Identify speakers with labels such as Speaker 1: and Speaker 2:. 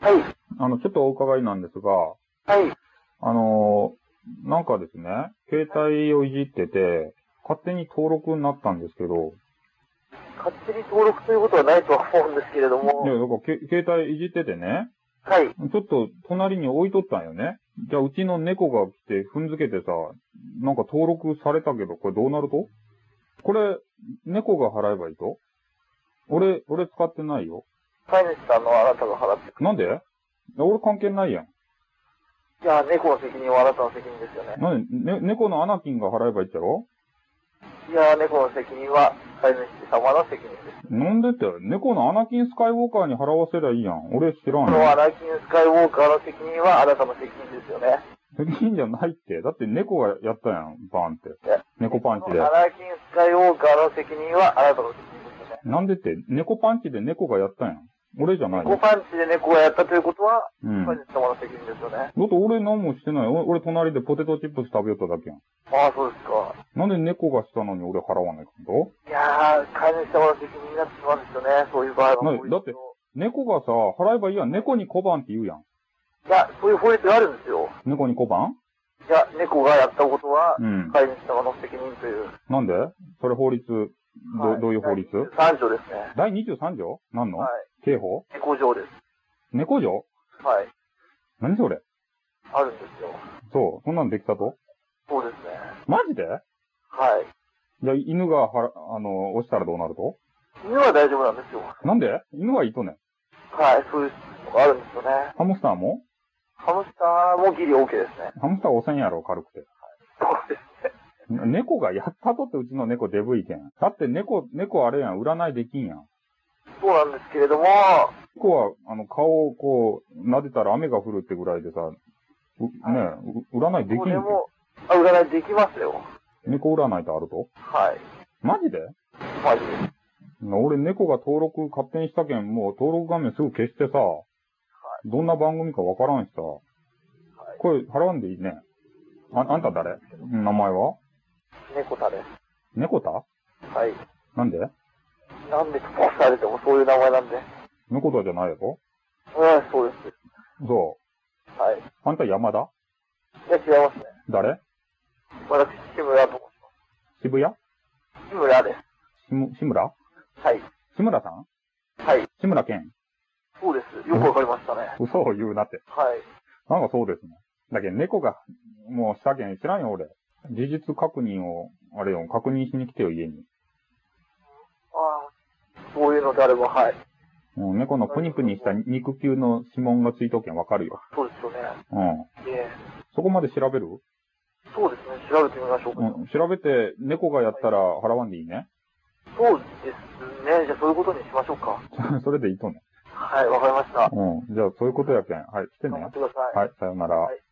Speaker 1: はい。
Speaker 2: あの、ちょっとお伺いなんですが、
Speaker 1: はい。
Speaker 2: あの、なんかですね、携帯をいじってて、勝手に登録になったんですけど、
Speaker 1: 勝手に登録ということはないとは思うんですけれど
Speaker 2: いや、
Speaker 1: も、
Speaker 2: だからけ、携帯いじっててね、
Speaker 1: はい。
Speaker 2: ちょっと隣に置いとったんよね。じゃあ、うちの猫が来て踏んづけてさ、なんか登録されたけど、これどうなるとこれ、猫が払えばいいと俺、俺使ってないよ。
Speaker 1: 飼い主さんのあなたが払ってく
Speaker 2: なんで俺関係ないやん。
Speaker 1: じゃあ、猫の責任はあなたの責任ですよね。
Speaker 2: なんで、ね、猫のアナキンが払えばいいっちゃろ
Speaker 1: いや、猫の責任は飼い主様の責任です。
Speaker 2: なんでって、猫のアナキンスカイウォーカーに払わせりゃいいやん。俺知ら
Speaker 1: こ
Speaker 2: ん
Speaker 1: のア
Speaker 2: よ。
Speaker 1: ナキン・スカイウォーカーの責任はあなたの責任ですよね。
Speaker 2: 責任じゃないって。だって猫がやったやん、バーンって
Speaker 1: え。
Speaker 2: 猫パンチで
Speaker 1: こ。のアナキン・スカイウォーカーの責任はあなたの責任ですよね。
Speaker 2: なんでって、猫パンチで猫がやったやん。俺じゃない
Speaker 1: 猫
Speaker 2: よ。
Speaker 1: パンチで猫がやったということは、
Speaker 2: うん。
Speaker 1: 飼
Speaker 2: だ
Speaker 1: い
Speaker 2: って
Speaker 1: 主様の責任ですよね。
Speaker 2: 俺何もしてない。お俺隣でポテトチップス食べよっただけやん。
Speaker 1: ああ、そうですか。
Speaker 2: なんで猫がしたのに俺払わないかんと
Speaker 1: いやー、飼い主様の責任になってしまうんですよね。そういう場合は。
Speaker 2: なんでだって猫がさ、払えばいいやん。猫に小判って言うやん。
Speaker 1: いや、そういう法律があるんですよ。
Speaker 2: 猫に小判
Speaker 1: いや、猫がやったことは
Speaker 2: う、ん。
Speaker 1: 飼い主様の責任という。
Speaker 2: なんでそれ法律、ど、
Speaker 1: は
Speaker 2: どういう法律
Speaker 1: ?3 条ですね。
Speaker 2: 第23条何の
Speaker 1: はい。
Speaker 2: 刑法
Speaker 1: 猫条です。
Speaker 2: 猫条
Speaker 1: はい。
Speaker 2: 何それ
Speaker 1: あるんですよ。
Speaker 2: そう、そんなんできたと
Speaker 1: そうですね。
Speaker 2: マジで
Speaker 1: はい。
Speaker 2: じゃあ、犬がはら、あの、落ちたらどうなると
Speaker 1: 犬は大丈夫なんですよ。
Speaker 2: なんで犬はいいとね。
Speaker 1: はい。そういうのがあるんですよね。
Speaker 2: ハムスターも
Speaker 1: ハムスターもギリ OK ですね。
Speaker 2: ハムスター汚染やろ、軽くて。
Speaker 1: そうです。
Speaker 2: 猫がやったとってうちの猫デブいけん。だって猫、猫あれやん、占いできんやん。
Speaker 1: そうなんですけれども、
Speaker 2: 猫は、あの、顔をこう、撫でたら雨が降るってぐらいでさ、うねえ、う占いできん
Speaker 1: こ
Speaker 2: け
Speaker 1: れも、あ占いできますよ。
Speaker 2: 猫占いってあると
Speaker 1: はい。
Speaker 2: マジで
Speaker 1: マジで。はい。
Speaker 2: 俺猫が登録勝手にしたけん、もう登録画面すぐ消してさ、どんな番組かわからんしさ、これ払わんでいいね。あ、あんた誰名前は
Speaker 1: 猫田で
Speaker 2: 猫田
Speaker 1: す。はい。
Speaker 2: なんで
Speaker 1: なんで飛ばされてもそういう名前なんで。うん、
Speaker 2: 猫田じゃないやろ
Speaker 1: そうです。
Speaker 2: そ
Speaker 1: はい。
Speaker 2: う。あんた山田
Speaker 1: いや、違いますね。
Speaker 2: 誰
Speaker 1: 私、志村と、
Speaker 2: 渋谷
Speaker 1: 志村です。
Speaker 2: しむ志村
Speaker 1: はい。
Speaker 2: 志村さん
Speaker 1: はい。
Speaker 2: 志村けん
Speaker 1: そうです。よくわかりましたね。
Speaker 2: 嘘を言うなって。
Speaker 1: はい。
Speaker 2: なんかそうですね。だけど猫が、もうしたけん知らんよ俺。事実確認を、あれよ、確認しに来てよ家に。
Speaker 1: ああ、そういうのであれば、はい。
Speaker 2: うん、猫のプニプニした肉球の指紋がついとけんわかるよ。
Speaker 1: そうですよね。
Speaker 2: うん。
Speaker 1: ええ
Speaker 2: そこまで調べる
Speaker 1: そうですね。調べてみましょうか。
Speaker 2: うん。調べて、猫がやったら払わんでいいね。
Speaker 1: そうですね。じゃあ、そういうことにしましょうか。
Speaker 2: それでいいとね。
Speaker 1: はい、わかりました。
Speaker 2: うん。じゃあ、そういうことやけん。はい、来てね。
Speaker 1: 頑張ってください。
Speaker 2: はい、さようなら。
Speaker 1: はい